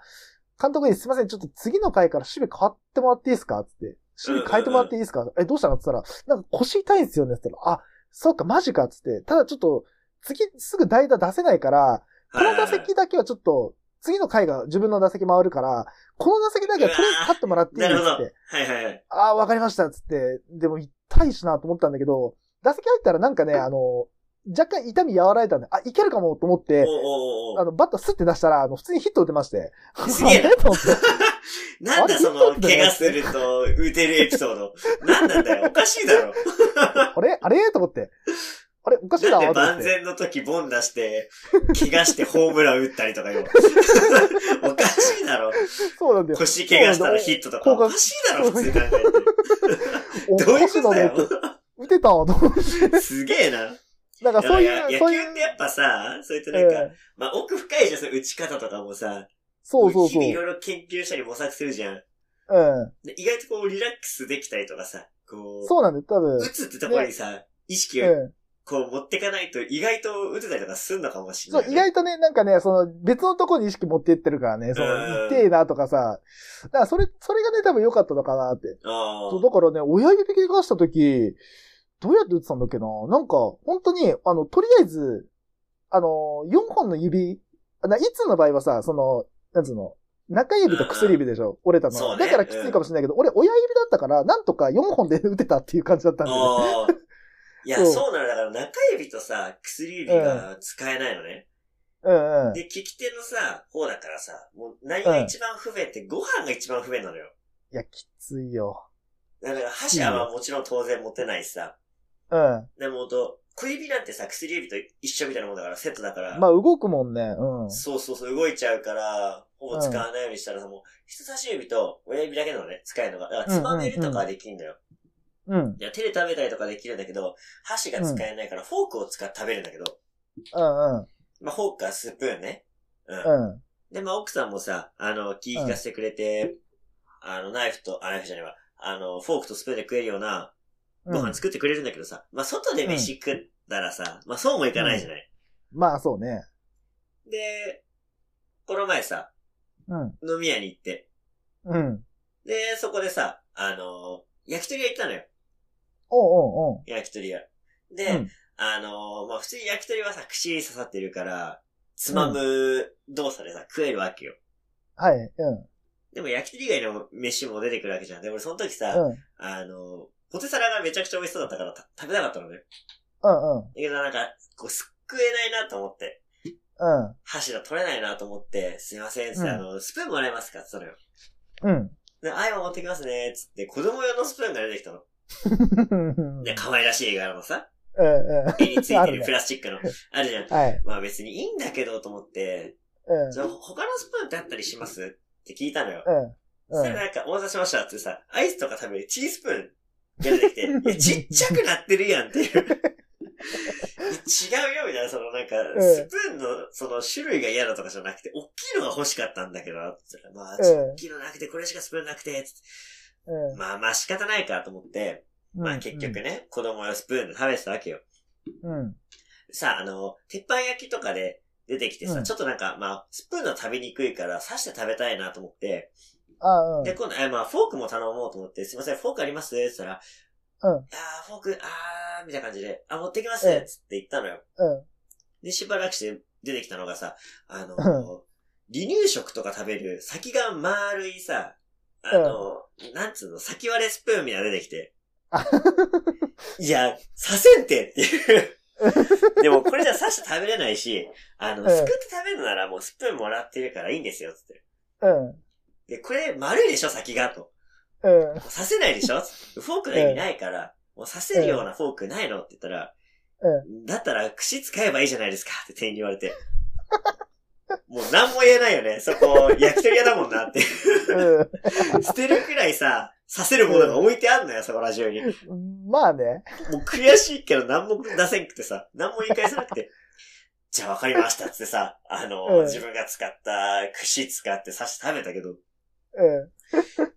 [SPEAKER 3] 監督にすいません、ちょっと次の回から守備変わってもらっていいですかつって。守備変えてもらっていいですかえ、どうしたのって言ったら、なんか腰痛いんですよねって言ったら、あ、そうか、マジかっつって。ただちょっと、次、すぐ代打出せないから、この打席だけはちょっと、次の回が自分の打席回るから、この打席だけはとりあえず立ってもらっていい
[SPEAKER 2] な
[SPEAKER 3] っつ
[SPEAKER 2] るほど。
[SPEAKER 3] っ
[SPEAKER 2] はい
[SPEAKER 3] て、
[SPEAKER 2] はいはい。
[SPEAKER 3] ああ、わかりましたっつって、でも痛いしなと思ったんだけど、打席入ったらなんかね、あの、若干痛み和らいだんで、あ、いけるかもと思って、
[SPEAKER 2] おーおー
[SPEAKER 3] あ
[SPEAKER 2] おー
[SPEAKER 3] の、バットスって出したら、あの、普通にヒット打てまして。
[SPEAKER 2] すげえ
[SPEAKER 3] あれと思って。
[SPEAKER 2] なんだそ
[SPEAKER 3] あれ
[SPEAKER 2] の、怪我すると、打てるエピソード。なんなんだよ。おかしいだろ。
[SPEAKER 3] あれあれと思って。あれおかしい
[SPEAKER 2] な
[SPEAKER 3] なん
[SPEAKER 2] で
[SPEAKER 3] と思っ
[SPEAKER 2] 万
[SPEAKER 3] て。
[SPEAKER 2] 全の時ボン出して、怪我してホームラン打ったりとか
[SPEAKER 3] [LAUGHS]
[SPEAKER 2] よ。おかしいだろ。
[SPEAKER 3] そうなんだよ。
[SPEAKER 2] 腰怪我したらヒットとか。
[SPEAKER 3] そうな
[SPEAKER 2] お
[SPEAKER 3] んだ
[SPEAKER 2] かし
[SPEAKER 3] よ
[SPEAKER 2] いだろ、普通に考え
[SPEAKER 3] お
[SPEAKER 2] て。どうい
[SPEAKER 3] か
[SPEAKER 2] う
[SPEAKER 3] し
[SPEAKER 2] こ
[SPEAKER 3] い
[SPEAKER 2] とだ
[SPEAKER 3] なと思
[SPEAKER 2] よ
[SPEAKER 3] って。。打てたわと思って。
[SPEAKER 2] すげえな。
[SPEAKER 3] なんかそう
[SPEAKER 2] い
[SPEAKER 3] いう、
[SPEAKER 2] や
[SPEAKER 3] そう
[SPEAKER 2] 野
[SPEAKER 3] いう
[SPEAKER 2] 球って。やっぱさ、そういったなんか、
[SPEAKER 3] ええ
[SPEAKER 2] まあ、奥深いじゃん、その打ち方とかもさ。
[SPEAKER 3] そうそう
[SPEAKER 2] 日
[SPEAKER 3] そ
[SPEAKER 2] 々
[SPEAKER 3] う。
[SPEAKER 2] いろいろ研究したり模索するじゃん。
[SPEAKER 3] う
[SPEAKER 2] で意外とこう、リラックスできたりとかさ、こ
[SPEAKER 3] ん。
[SPEAKER 2] う、
[SPEAKER 3] そうなんだよ、多分。
[SPEAKER 2] 打つってところにさ、意識を
[SPEAKER 3] うん。
[SPEAKER 2] こう持ってかないと、意外と打てたりとかすんのかもしれ
[SPEAKER 3] そ
[SPEAKER 2] な
[SPEAKER 3] う
[SPEAKER 2] い、、
[SPEAKER 3] 意外とね、なんかね、その別のとこに意識持っていってるからね、そ
[SPEAKER 2] うん
[SPEAKER 3] の、痛えなとかさ、だからそれ、それがね、多分良かったのかなって。
[SPEAKER 2] あ
[SPEAKER 3] そう、だからね、親指怪我した時、どうやって打ってたんだっけななんか、本当に、あの、とりあえず、あの、4本の指、あないつの場合はさ、その、なんつうの、中指と薬指でしょ、折れたの
[SPEAKER 2] そ
[SPEAKER 3] は。
[SPEAKER 2] うね
[SPEAKER 3] だからきついかもしれないけど、俺親指だったから、なんとか4本で打てたっていう感じだったんだよ
[SPEAKER 2] あ
[SPEAKER 3] ね。
[SPEAKER 2] ーいや、
[SPEAKER 3] そう
[SPEAKER 2] そうなの。だから中指とさ、薬指が使えないのね。
[SPEAKER 3] うんうん。
[SPEAKER 2] で、利き手のさ、方だからさ、もう何が一番不便って、ご飯が一番不便なのよ。
[SPEAKER 3] いや、きついよ。
[SPEAKER 2] だから箸はまあもちろん当然持てないしさ。
[SPEAKER 3] うん。
[SPEAKER 2] でもほんと、小指なんてさ、薬指と一緒みたいなもんだから、セットだから。
[SPEAKER 3] まあ、動くもんね。うん。
[SPEAKER 2] そうそうそう、動いちゃうから、ほぼ使わないようにしたらさ、もう、人差し指と親指だけなのね、使えるのが。だから、つまめるとかはできるんだよ。
[SPEAKER 3] うん。
[SPEAKER 2] いや、手で食べたりとかできるんだけど、箸が使えないから、フォークを使って食べるんだけど、
[SPEAKER 3] うんうん。
[SPEAKER 2] まあ、フォークかスプーンね。うん。
[SPEAKER 3] うん。
[SPEAKER 2] で、まあ、奥さんもさ、あの、気聞かせてくれて、あの、ナイフと、あ、ナイフじゃないわ、あの、フォークとスプーンで食えるような、ご飯作ってくれるんだけどさ、まあ、外で飯食ったらさ、まあ、そうもいかないじゃない。
[SPEAKER 3] まあそうね。
[SPEAKER 2] で、この前さ、
[SPEAKER 3] うん。
[SPEAKER 2] 飲み屋に行って、
[SPEAKER 3] うん。
[SPEAKER 2] で、そこでさ、あのー焼き鳥屋行ったのよ。
[SPEAKER 3] おうおうおう。
[SPEAKER 2] 焼き鳥屋。で、
[SPEAKER 3] うん。
[SPEAKER 2] あのーまあ、普通に焼き鳥はさ、串に刺さってるから、つまむ動作でさ、食えるわけよ。
[SPEAKER 3] はい。うん。
[SPEAKER 2] でも焼き鳥以外の飯も出てくるわけじゃん。で、俺その時さ、
[SPEAKER 3] うん。
[SPEAKER 2] あのーポテサラがめちゃくちゃ美味しそうだったからた食べたかったのね。だ
[SPEAKER 3] うん。うん。
[SPEAKER 2] けどなんか、こう、すくえないなと思って、
[SPEAKER 3] うん。
[SPEAKER 2] 箸が取れないなと思って、すいません、つって、
[SPEAKER 3] うん
[SPEAKER 2] あの、スプーンもらえますかって言ったのよ。
[SPEAKER 3] うん。
[SPEAKER 2] で、あ、今持ってきますね、つって、子供用のスプーンが出てきたの。
[SPEAKER 3] うん。
[SPEAKER 2] で、可愛らしい柄のさ、
[SPEAKER 3] う
[SPEAKER 2] 絵につい
[SPEAKER 3] [LAUGHS] あ
[SPEAKER 2] て
[SPEAKER 3] る
[SPEAKER 2] る
[SPEAKER 3] ね
[SPEAKER 2] プラスチックの、あるじゃん。
[SPEAKER 3] ん。はい。
[SPEAKER 2] まあ別にいいんだけどと思って、
[SPEAKER 3] うん。
[SPEAKER 2] じゃあ他のスプーンってあったりしますって聞いたのよ。
[SPEAKER 3] うん。
[SPEAKER 2] そし
[SPEAKER 3] う
[SPEAKER 2] た
[SPEAKER 3] ん
[SPEAKER 2] ら。なんか、お待たせしましたってさ、アイスとか食べるチースプーンが出てき
[SPEAKER 3] [LAUGHS]
[SPEAKER 2] て、いや、ちっちゃくなってるやんっていう。いや [LAUGHS] 違うよ、みたいな、そのなんか、
[SPEAKER 3] ん
[SPEAKER 2] スプーンの、その種類が嫌だとかじゃなくて、大きいのが欲しかったんだけどな、つったら、まあ、ち
[SPEAKER 3] うん
[SPEAKER 2] 大きいのなくて、これしかスプーンなくて、つって
[SPEAKER 3] う
[SPEAKER 2] まあまあ仕方ないかと思って、
[SPEAKER 3] ん。
[SPEAKER 2] まあ結局ね、子供用スプーンで食べてたわけよ。
[SPEAKER 3] うん。
[SPEAKER 2] さ、あの、鉄板焼きとかで出てきてさ、
[SPEAKER 3] うん
[SPEAKER 2] ちょっとなんか、まあ、スプーンの食べにくいから、刺して食べたいなと思って、
[SPEAKER 3] あうん。
[SPEAKER 2] で、今度、え、まあ、フォークも頼もうと思って、すいません、フォークありますって言ったら、
[SPEAKER 3] うん
[SPEAKER 2] あー、フォーク、あー、みたいな感じで、あ、持ってきます
[SPEAKER 3] うん
[SPEAKER 2] つって言ったのよ。
[SPEAKER 3] うん。
[SPEAKER 2] で、しばらくして出てきたのがさ、あの、
[SPEAKER 3] う
[SPEAKER 2] 離乳食とか食べる、先が丸いさ、あの、なんつうの、先割れスプーンみたいなの出てきて
[SPEAKER 3] あ。
[SPEAKER 2] いや、刺せんてっていう。でも、これじゃ刺して食べれないし、あの、
[SPEAKER 3] うん
[SPEAKER 2] すくって食べるのならもうスプーンもらってるからいいんですよ、つって。
[SPEAKER 3] うん。
[SPEAKER 2] で、これ丸いでしょ、先が、と。
[SPEAKER 3] うん。
[SPEAKER 2] もう刺せないでしょフォークの意味ないから、もう刺せるようなフォークないのって言ったら、
[SPEAKER 3] う
[SPEAKER 2] だったら串使えばいいじゃないですかって店員に言われて。もう何も言えないよね。そこ、焼き鳥屋だもんなって。捨てるくらいさ、刺せるものが置いてあんのよ、そこら中に。もう
[SPEAKER 3] うん。まあね。
[SPEAKER 2] 悔しいけど何も出せんくてさ、何も言い返せなくて。じゃあわかりましたっつってさ、あの、
[SPEAKER 3] うん
[SPEAKER 2] 自分が使った串使って刺して食べたけど、
[SPEAKER 3] う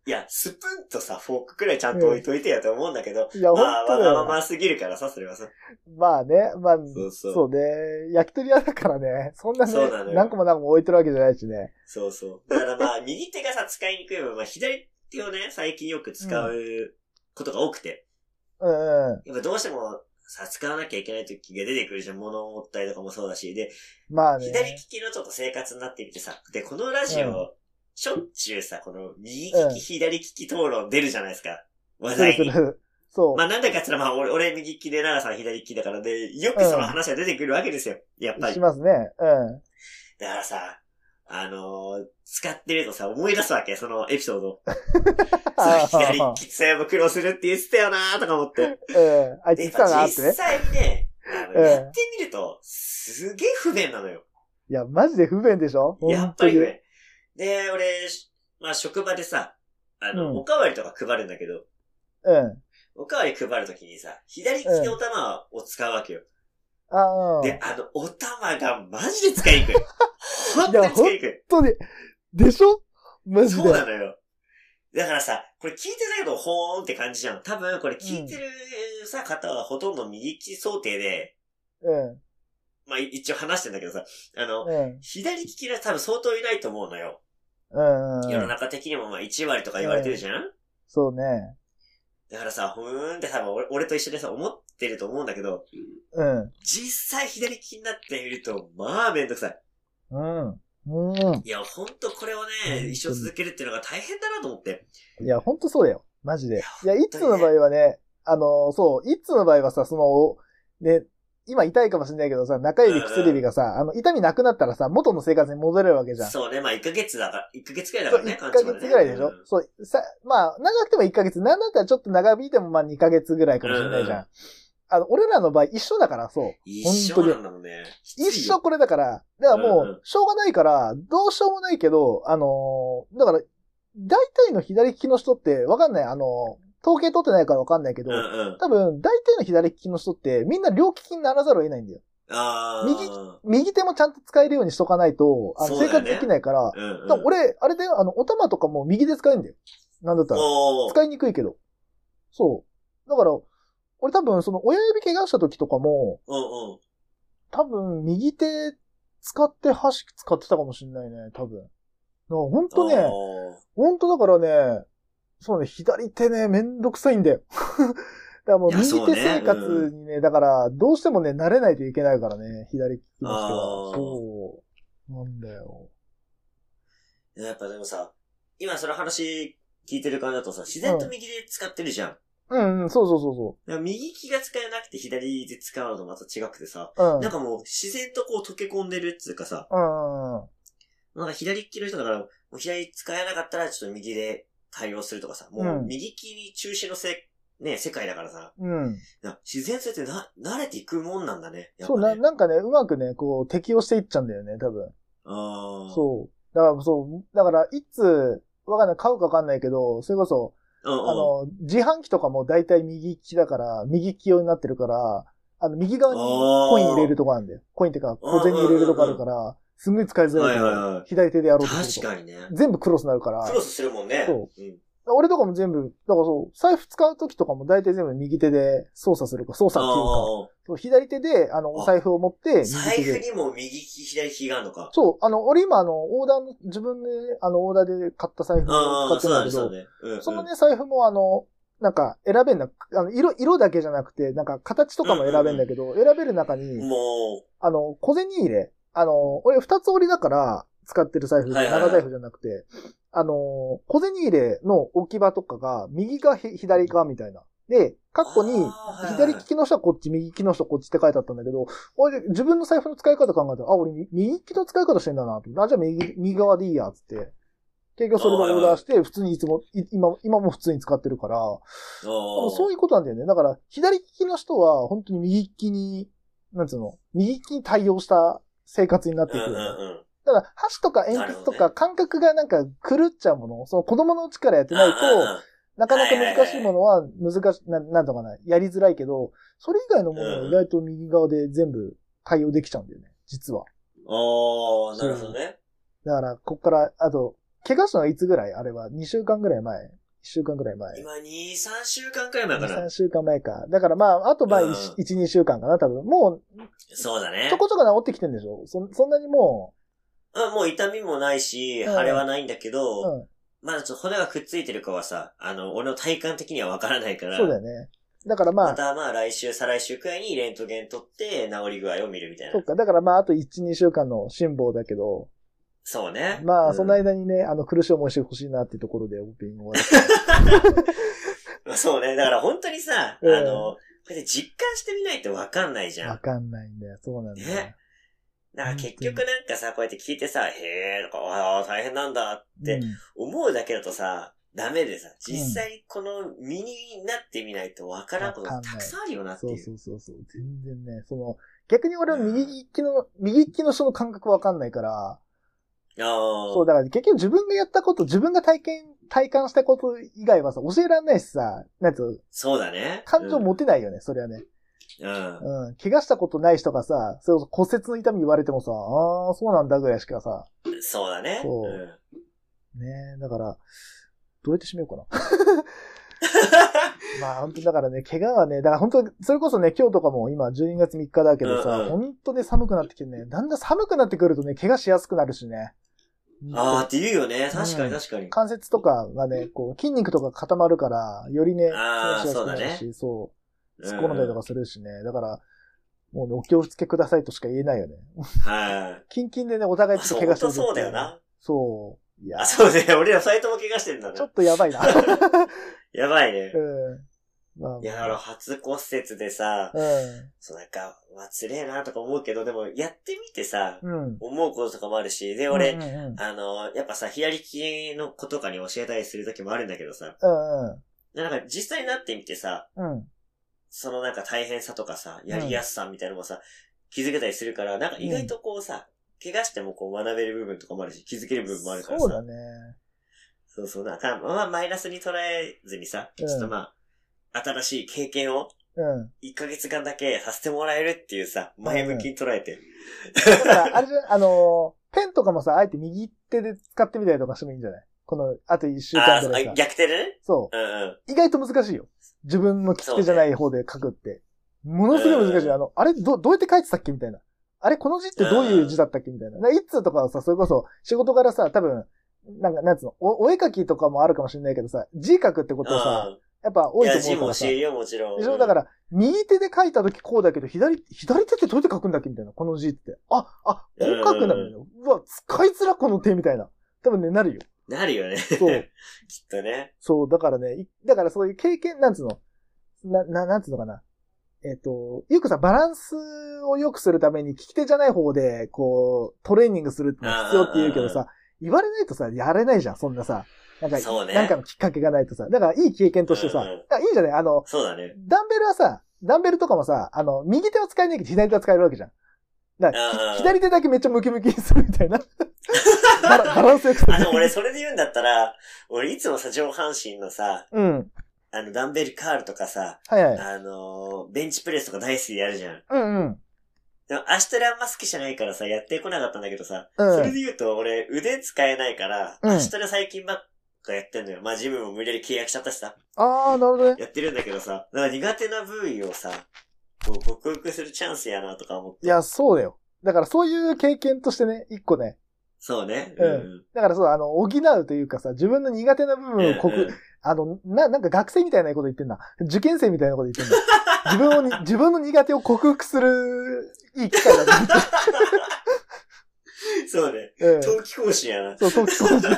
[SPEAKER 2] いや、スプーンとさ、フォークくらいちゃんと置いといてやと思うんだけど、
[SPEAKER 3] ん。いや、ほん
[SPEAKER 2] まあ、わ
[SPEAKER 3] とだ
[SPEAKER 2] がま
[SPEAKER 3] よ。
[SPEAKER 2] ますぎるからさ、それはさ。
[SPEAKER 3] まあね。まあ、
[SPEAKER 2] そうそう。
[SPEAKER 3] そうね。焼き鳥屋だからね。そんなね
[SPEAKER 2] そうなの、よ
[SPEAKER 3] 何個も何個も置いてるわけじゃないしね。
[SPEAKER 2] そうそう。だからま
[SPEAKER 3] [LAUGHS]
[SPEAKER 2] あ、右手がさ、使いにくい分、まあ、左手をね、最近よく使うことが多くて。
[SPEAKER 3] うんう
[SPEAKER 2] やっぱどうしても、さ、使わなきゃいけない時が出てくるじゃん。物を持ったりとかもそうだし。で、
[SPEAKER 3] ん。まあね。
[SPEAKER 2] 左利きのちょっと生活になってきてさ。で、このラジ
[SPEAKER 3] う
[SPEAKER 2] オ、しょっちゅうさ、この右利き、
[SPEAKER 3] うん
[SPEAKER 2] 左利き討論出るじゃないですか。話
[SPEAKER 3] する
[SPEAKER 2] 題
[SPEAKER 3] す
[SPEAKER 2] に。
[SPEAKER 3] る。そう。
[SPEAKER 2] まあなんだかっつったら、まあ俺、俺右利きで、長さん左利きだからで、よくその話が出てくるわけですよ。やっぱり
[SPEAKER 3] し。ますね。うん。
[SPEAKER 2] だからさ、あのー使ってるとさ、思い出すわけ、そのエピソード
[SPEAKER 3] [LAUGHS]
[SPEAKER 2] を。さ左利きそういえば苦労するって言ってたよなーとか
[SPEAKER 3] [LAUGHS]
[SPEAKER 2] 思って。
[SPEAKER 3] うん。あいつ
[SPEAKER 2] で、
[SPEAKER 3] 来た
[SPEAKER 2] や
[SPEAKER 3] な
[SPEAKER 2] っぱ
[SPEAKER 3] ってね
[SPEAKER 2] 実。際にね、あの
[SPEAKER 3] うん
[SPEAKER 2] やってみると、すげえ不便なのよ。
[SPEAKER 3] いや、マジで不便でしょ
[SPEAKER 2] や
[SPEAKER 3] 本
[SPEAKER 2] っぱ
[SPEAKER 3] 当に
[SPEAKER 2] り。ね。で、俺、まあ職場でさ、あの、
[SPEAKER 3] うん
[SPEAKER 2] おかわりとか配るんだけど、
[SPEAKER 3] うん。
[SPEAKER 2] おかわり配るときにさ、左利きのお玉を使うわけよ。
[SPEAKER 3] ああ。
[SPEAKER 2] で、あの、お玉がマジで使いにく
[SPEAKER 3] [LAUGHS]
[SPEAKER 2] い。本当に使いにくい。
[SPEAKER 3] 本当に。でしょマジで。
[SPEAKER 2] そうなのよ。だからさ、これ聞いてたけど、ほーんって感じじゃん。多分、これ聞いてるさ、方はほとんど右利き想定で、
[SPEAKER 3] うん。
[SPEAKER 2] まあ、一応話してんだけどさ、あの、
[SPEAKER 3] うん。
[SPEAKER 2] 左利きの多分相当いないと思うのよ。
[SPEAKER 3] うん
[SPEAKER 2] 世
[SPEAKER 3] う
[SPEAKER 2] の
[SPEAKER 3] ん。
[SPEAKER 2] 中的にもまあ1割とか言われてるじゃん、
[SPEAKER 3] そうね。
[SPEAKER 2] だからさ、ほーんって多分俺俺と一緒でさ、思ってると思うんだけど、
[SPEAKER 3] うん。
[SPEAKER 2] 実際左利きになってみると、まあめんどくさい。
[SPEAKER 3] うん。うん。
[SPEAKER 2] いや、ほんとこれをね、一生続けるっていうのが大変だなと思って。
[SPEAKER 3] いや、ほんとそうだよ。マジで。いや、いつ
[SPEAKER 2] 本当
[SPEAKER 3] の
[SPEAKER 2] にね
[SPEAKER 3] 場合はね、あの、そう、いつの場合はさ、その、おね、今痛いかもしれないけどさ、中指、薬指がさ、あの、痛みなくなったらさ、元の生活に戻れるわけじゃん。
[SPEAKER 2] そうね、まあ1ヶ月だから、1ヶ月くらいだ
[SPEAKER 3] そ
[SPEAKER 2] か
[SPEAKER 3] う、
[SPEAKER 2] らね、
[SPEAKER 3] 1ヶ
[SPEAKER 2] 完治ま
[SPEAKER 3] 月ぐらいでしょ、
[SPEAKER 2] ねうん
[SPEAKER 3] そう、さ、まあ、長くても1ヶ月、なんだったらちょっと長引いてもまあ2ヶ月ぐらいかもしれないじゃん。
[SPEAKER 2] うんう
[SPEAKER 3] あの、俺らの場合一緒だから、そう。
[SPEAKER 2] 一
[SPEAKER 3] 本当
[SPEAKER 2] 緒な
[SPEAKER 3] に
[SPEAKER 2] ん。だもんね。
[SPEAKER 3] 一緒これだから、だから
[SPEAKER 2] う
[SPEAKER 3] も
[SPEAKER 2] んうん
[SPEAKER 3] う、しょうがないから、どうしようもないけど、あのーだから、大体の左利きの人って、わかんない、あのー統計取ってないからわかんないけ
[SPEAKER 2] う
[SPEAKER 3] ど
[SPEAKER 2] ん、うん。
[SPEAKER 3] 多分、大体の左利きの人って、みんな両利きにならざるを得ないんだよ。
[SPEAKER 2] ああ。
[SPEAKER 3] 右右手もちゃんと使えるようにしとかないと、あの
[SPEAKER 2] そうだ
[SPEAKER 3] 生
[SPEAKER 2] よね
[SPEAKER 3] 活できないから、
[SPEAKER 2] うん、うん。
[SPEAKER 3] だから俺、あれだよ、あの、お玉とかも右で使えるんだよ。なんだったら。
[SPEAKER 2] おー
[SPEAKER 3] 使いにくいけど。そう。だから、俺多分その親指怪我した時とかも、
[SPEAKER 2] うんうん。
[SPEAKER 3] 多分右手使って箸使ってたかもしんないね、多分。だからほんとね、
[SPEAKER 2] おー
[SPEAKER 3] ほんとだからね、そうね、左手ね、めんどくさいんだよ。 [LAUGHS] だからもう
[SPEAKER 2] いや
[SPEAKER 3] 右
[SPEAKER 2] そう
[SPEAKER 3] 手
[SPEAKER 2] ね
[SPEAKER 3] 生活にね、だからどうしてもね、慣れないといけないからね、左利きの人
[SPEAKER 2] あ。
[SPEAKER 3] は
[SPEAKER 2] ー
[SPEAKER 3] そう。なんだよ。
[SPEAKER 2] やっぱでもさ、今その話聞いてる感じだとさ、自然と右で使ってるじゃん。
[SPEAKER 3] うん、うん、そうそうそ
[SPEAKER 2] だから右利きが使えなくて左で使うのとまた違くてさ、
[SPEAKER 3] うそう。うん。
[SPEAKER 2] なんかもう自然とこう溶け込んでるっていうかさ、
[SPEAKER 3] うんうんうん。
[SPEAKER 2] なんか左利きの人だから、もう左使えなかったらちょっと右で対応するとかさ、もううん右利きに中心のせ、ね、世界だからさ、
[SPEAKER 3] うん。
[SPEAKER 2] な自然性ってな、慣れていくもんなんだね。やっ
[SPEAKER 3] そ
[SPEAKER 2] ぱ
[SPEAKER 3] う、な、
[SPEAKER 2] ね、
[SPEAKER 3] なんかね、うまくね、こう、適応していっちゃうんだよね、多分。
[SPEAKER 2] あー
[SPEAKER 3] そう。だから、そう、だから、いつ、わかんない、買うかわかんないけど、それこそ、
[SPEAKER 2] うんうん。
[SPEAKER 3] あの、自販機とかも大体右利きだから、右利き用になってるから、あの、右側にコイン入れるとこあるんだよ。コインってか、小銭入れるとこあるから、すんごい使いづらいけど
[SPEAKER 2] はいはいはい
[SPEAKER 3] 左手でやろうとす
[SPEAKER 2] 確か
[SPEAKER 3] ると。
[SPEAKER 2] にね。
[SPEAKER 3] 全部クロスになるから
[SPEAKER 2] ク、ロスするもんね。
[SPEAKER 3] そ
[SPEAKER 2] うん。
[SPEAKER 3] 俺とかも全部、だからそう、財布使う時とかも大体全部右手で操作するか、操
[SPEAKER 2] あ
[SPEAKER 3] 作っていう
[SPEAKER 2] あ、
[SPEAKER 3] かそう、左手で、あの、お財布を持って、
[SPEAKER 2] 財
[SPEAKER 3] 右
[SPEAKER 2] 布
[SPEAKER 3] 手で。
[SPEAKER 2] にも右利き、左利きがあるのか。
[SPEAKER 3] そう、あの、俺今、あの、オーダーの、自分で、あの、オーダーで買った財布
[SPEAKER 2] あ
[SPEAKER 3] を使
[SPEAKER 2] あ、
[SPEAKER 3] って
[SPEAKER 2] そうだね、そう
[SPEAKER 3] るんだけど、
[SPEAKER 2] だね。うん、うん。
[SPEAKER 3] そのね、財布もあの、なんか選べんな、あの、色、色だけじゃなくて、なんか形とかも選べんだけど、選べる中に、
[SPEAKER 2] も
[SPEAKER 3] あの、小銭入れ、あの、俺二つ折りだから使ってる財布で、
[SPEAKER 2] はいはいはい
[SPEAKER 3] 長財布じゃなくて、あの、小銭入れの置き場とかが、右かひ左かみたいな。で、カッコに
[SPEAKER 2] あー、
[SPEAKER 3] 左利きの人はこっち、右利きの人はこっちって書いてあったんだけど、俺自分の財布の使い方考えたら、あ、俺右右利きの使い方してんだなと思って、あ、じゃあ右、右側でいいや、つって。結局それでオーダーして、普通にいつも、い今、今も普通に使ってるから、
[SPEAKER 2] う、ああ。
[SPEAKER 3] そういうことなんだよね。だから、左利きの人は、本当に右利きに、なんつうの、右利きに対応した生活になっていくよね。
[SPEAKER 2] うんうんうん。
[SPEAKER 3] ただ、箸とか鉛筆と
[SPEAKER 2] なるほど
[SPEAKER 3] か感覚がなんか狂っちゃうもの、その子供のうちからやってない
[SPEAKER 2] [LAUGHS] うんうん
[SPEAKER 3] と、なかなか難しいものは難し、ななんとかない、やりづらいけど、それ以外のものは意外と右側で全部対応できちゃうんだよね、実は。
[SPEAKER 2] うん。ああ、なるほどね。
[SPEAKER 3] だから、こっから、あと、怪我したのはいつぐらいあれは、2週間ぐらい前 ?1 週間ぐらい前
[SPEAKER 2] 今、2、3週間くらい前か
[SPEAKER 3] 3
[SPEAKER 2] な。
[SPEAKER 3] 週間前か。だからまあ、あとまあ、
[SPEAKER 2] うん
[SPEAKER 3] 1、2週間かな、多分。も
[SPEAKER 2] そうだ
[SPEAKER 3] う、
[SPEAKER 2] ね
[SPEAKER 3] ちょ。こちょこ治ってきてんでしょそそんなにも
[SPEAKER 2] うん、もう痛みもないし、
[SPEAKER 3] うん
[SPEAKER 2] 腫れはないんだけ
[SPEAKER 3] う、
[SPEAKER 2] ど、
[SPEAKER 3] うん、
[SPEAKER 2] まだちょっと骨がくっついてるかはさ、あの、俺の体感的にはわからないから、
[SPEAKER 3] そうだよね。だからま
[SPEAKER 2] ま
[SPEAKER 3] あ、
[SPEAKER 2] たまあ来週、再来週くらいにレントゲン取って治り具合を見るみたい
[SPEAKER 3] そっ
[SPEAKER 2] な。
[SPEAKER 3] か、だからまあ、あと1、2週間の辛抱だけど、
[SPEAKER 2] そうね。
[SPEAKER 3] まあ、その
[SPEAKER 2] うん
[SPEAKER 3] 間にね、あの、苦しい思いしてほしいなっていうところで、オープニング終わ
[SPEAKER 2] そうね。だから本当にさ、あ
[SPEAKER 3] うん
[SPEAKER 2] の、これで実感してみないとわかんないじ
[SPEAKER 3] り
[SPEAKER 2] ゃ
[SPEAKER 3] わ
[SPEAKER 2] ん。
[SPEAKER 3] かんないんだよ。そうなんだよ
[SPEAKER 2] ね。なんか結局なんかさ、こうやって聞いてさ、へえ、とか、ああ、大変なんだって思うだけだとさ、ダメでさ、実際この身になってみないとわからんこと
[SPEAKER 3] わか
[SPEAKER 2] た
[SPEAKER 3] んない
[SPEAKER 2] くさんあるよなって
[SPEAKER 3] そ
[SPEAKER 2] いうう。
[SPEAKER 3] そうそうそう。全然ね、その、逆に俺は右利きの、右利きの人の感覚わかんないか
[SPEAKER 2] あ
[SPEAKER 3] ら、
[SPEAKER 2] あ。
[SPEAKER 3] そう、だから結局自分がやったこと、自分が体験、体感したこと以外はさ、教えられないしさ、なんつうの
[SPEAKER 2] そうだね。
[SPEAKER 3] 感情持てないよね、それはね。
[SPEAKER 2] うん。うん。
[SPEAKER 3] うん。怪我したことない人がさ、それこそ骨折の痛み言われてもさ、ああ、そうなんだぐらいしかさ、
[SPEAKER 2] そうだね。
[SPEAKER 3] そうんねえ、だから、どうやって締めようかな。
[SPEAKER 2] [LAUGHS]
[SPEAKER 3] まあ本当にだからね、怪我はね、だから本当にそれこそね、今日とかも今12月3日だけどさ、
[SPEAKER 2] うんうん
[SPEAKER 3] 本当ね寒くなってきてね、だんだん寒くなってくるとね、怪我しやすくなるしね。
[SPEAKER 2] ああって言うよね。確か
[SPEAKER 3] うん
[SPEAKER 2] に確かに。
[SPEAKER 3] 関節とかがね、こう、筋肉とか固まるから、よりね、
[SPEAKER 2] あー
[SPEAKER 3] 怪我しやすくなる
[SPEAKER 2] そう
[SPEAKER 3] し、
[SPEAKER 2] う
[SPEAKER 3] そう。
[SPEAKER 2] ん
[SPEAKER 3] 突っ込んだりとかするしね。だから、もうね、お気をつけくださいとしか言えないよね。
[SPEAKER 2] はい。
[SPEAKER 3] キンキンでね、お互いちょっと怪我して
[SPEAKER 2] あ
[SPEAKER 3] る。
[SPEAKER 2] そう本当そうだよな。
[SPEAKER 3] そう。いや
[SPEAKER 2] あ、、そうね。俺ら二人とも怪我してるんだ
[SPEAKER 3] ちょ
[SPEAKER 2] ね
[SPEAKER 3] っ。とやばいな。
[SPEAKER 2] やばいね。
[SPEAKER 3] うん。まあ、まあ
[SPEAKER 2] いや、だから初骨折でさ、そうなんか、まあ、つれえなとか思うけど、でも、やってみてさ、
[SPEAKER 3] うん。うん。
[SPEAKER 2] 思うこととかもあるし、で、
[SPEAKER 3] う
[SPEAKER 2] 俺
[SPEAKER 3] ん、うん
[SPEAKER 2] あの、やっぱさ、左利きの子とかに教えたりするときもあるんだけどさ、
[SPEAKER 3] うん。
[SPEAKER 2] なんか実際になってみてさ、
[SPEAKER 3] うんうん。
[SPEAKER 2] そのなんか大変さとかさ、やりやすさみたいなのもさ、気づけたりするから、なんか意外とこうさ、怪我してもこう学べる部分とかもあるし、気づける部分もあるからさ。
[SPEAKER 3] そうだね。
[SPEAKER 2] そうそう、なんか、まあマイナスに捉えずにさ、ち
[SPEAKER 3] うん
[SPEAKER 2] ょっとまあ、新しい経験を
[SPEAKER 3] うん。
[SPEAKER 2] 1ヶ月間だけさせてもらえるっていうさ、前向きに捉えて。
[SPEAKER 3] だから、あれじゃない、あのー、ペンとかもさ、あえて右手で使ってみたりとかしてもいいんじゃないこの、あと一週
[SPEAKER 2] あ
[SPEAKER 3] 間
[SPEAKER 2] あ
[SPEAKER 3] ぐらいさ
[SPEAKER 2] ー、。逆手でね。
[SPEAKER 3] そ
[SPEAKER 2] うんうん。
[SPEAKER 3] う。意外と難しいよ。自分の利き手じゃない方で書くって。ものすごい難しい。
[SPEAKER 2] うん
[SPEAKER 3] あの、あれど、どうやって書いてたっけみたいな。あれ、この字ってどういう字だったっけみたいな。な一通とかはさ、それこそ、仕事柄さ、多分、なんか、なんつうの、お、お絵描きとかもあるかもしれないけどさ、字書くってことはさ、やっぱ
[SPEAKER 2] うん。
[SPEAKER 3] 多
[SPEAKER 2] い
[SPEAKER 3] い
[SPEAKER 2] や、
[SPEAKER 3] と
[SPEAKER 2] 字
[SPEAKER 3] 思うか
[SPEAKER 2] も
[SPEAKER 3] らさ
[SPEAKER 2] 教。えよ、もちろん。
[SPEAKER 3] でしょだから、右手で書いたときこうだけど、左、左手ってどうやって書くんだっけみたいな、この字って。あ、あ、こう書くんだみたいな。うわ、使いづらこの手みたいな。多分ね、な
[SPEAKER 2] [LAUGHS]
[SPEAKER 3] るよ。
[SPEAKER 2] なるよね。
[SPEAKER 3] そう
[SPEAKER 2] きっとね。
[SPEAKER 3] そう、だからね、いだからそういう経験、なんつうの、な、な、なんつうのかな。えっ、と、よくさ、バランスを良くするために、利き手じゃない方で、こう、トレーニングするってのが必要って言うけどさ、言われないとさ、やれないじゃん、そんなさ。なんか、
[SPEAKER 2] そうね
[SPEAKER 3] なんかのきっかけがないとさ。だから、いい経験としてさ、
[SPEAKER 2] うんうん
[SPEAKER 3] あいいじゃないあの、
[SPEAKER 2] そうだね。
[SPEAKER 3] ダンベルはさ、ダンベルとかもさ、あの、右手は使えないけど左手は使えるわけじゃん。だから
[SPEAKER 2] うんうん
[SPEAKER 3] ひ左手だけめっちゃムキムキにするみたい
[SPEAKER 2] [LAUGHS]
[SPEAKER 3] な。バラバランスよくする
[SPEAKER 2] あ、でも俺、それで言うんだったら、俺、いつもさ、上半身のさ、
[SPEAKER 3] うん。
[SPEAKER 2] あの、ダンベルカールとかさ、
[SPEAKER 3] はいはい。
[SPEAKER 2] あのーベンチプレスとか大好きでやるじゃん。
[SPEAKER 3] うんうん。
[SPEAKER 2] でも、足トレあんま好きじゃないからさ、やってこなかったんだけどさ、
[SPEAKER 3] うん
[SPEAKER 2] それで言うと、俺、腕使えないから、
[SPEAKER 3] うん
[SPEAKER 2] 足トレ最近ばっかやってんのよ。まあ、ジムも無理やり契約しちゃったしさ、
[SPEAKER 3] ああ、なるほどね。
[SPEAKER 2] やってるんだけどさ、なんか苦手な部位をさ、こう、克服するチャンスやなとか思って。
[SPEAKER 3] いや、そうだよ。だからそういう経験としてね、一個ね。
[SPEAKER 2] そうね。
[SPEAKER 3] うん
[SPEAKER 2] うん。
[SPEAKER 3] だからそう、あの、補うというかさ、自分の苦手な部分を克
[SPEAKER 2] うんうん
[SPEAKER 3] あの、な、なんか学生みたいなこと言ってんな。受験生みたいなこと言ってん
[SPEAKER 2] [LAUGHS]
[SPEAKER 3] な。自分をに、自分の苦手を克服する、いい機会だと思っ
[SPEAKER 2] そうね。 [LAUGHS]
[SPEAKER 3] て。うん。
[SPEAKER 2] 冬季講師やな。
[SPEAKER 3] そう、冬季
[SPEAKER 2] [LAUGHS]
[SPEAKER 3] 工事。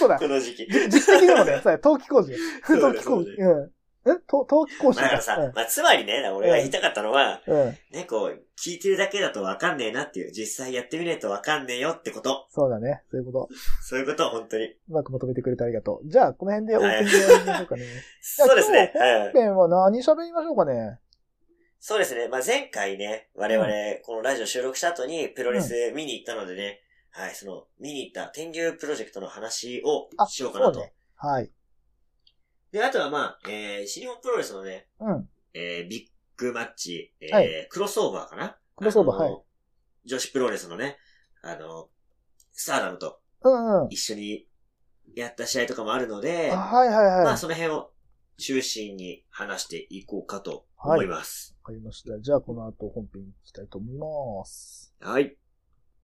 [SPEAKER 3] そうだ
[SPEAKER 2] こ。の時期。
[SPEAKER 3] 実績でもね、そう冬季工事。
[SPEAKER 2] そうだ
[SPEAKER 3] 冬季工事。
[SPEAKER 2] そう
[SPEAKER 3] うん。え冬冬季講師
[SPEAKER 2] まあだからさ、まあ、つまりね、俺が言いたかったのは、
[SPEAKER 3] うん。うん。
[SPEAKER 2] ね、こう、聞いてるだけだとわかんねえなっていう、実際やってみねえとわかんねえよってこと。
[SPEAKER 3] そうだね。そういうこと。
[SPEAKER 2] そういうこと、本当に。
[SPEAKER 3] うまくまとめてくれてありがとう。じゃあ、この辺でオープニングをやりましょうかね。
[SPEAKER 2] そうですね。うん
[SPEAKER 3] 本編は何喋りましょうかね。
[SPEAKER 2] そうですね。まあ、前回ね、我々、このラジオ収録した後に、プロレス見に行ったのでね、はい、その、見に行った天竜プロジェクトの話を
[SPEAKER 3] あ、
[SPEAKER 2] しよ
[SPEAKER 3] そう
[SPEAKER 2] かな
[SPEAKER 3] う
[SPEAKER 2] と。
[SPEAKER 3] ね。はい。
[SPEAKER 2] で、あとはまあ、えー、新日本プロレスのね、
[SPEAKER 3] うん。
[SPEAKER 2] えー、ビッグマッチ、えー
[SPEAKER 3] は
[SPEAKER 2] クロスオーバーかな
[SPEAKER 3] クロスオーバー
[SPEAKER 2] あの
[SPEAKER 3] は
[SPEAKER 2] 女子プロレスのね、あの、スターダムと
[SPEAKER 3] うんうん。
[SPEAKER 2] 一緒にやった試合とかもあるので、
[SPEAKER 3] あはいはいはい。
[SPEAKER 2] まあ
[SPEAKER 3] わ
[SPEAKER 2] その辺を中心に話していこうかと思います。
[SPEAKER 3] かりました。じゃあ、この後本編行きたいと思います。
[SPEAKER 2] はい。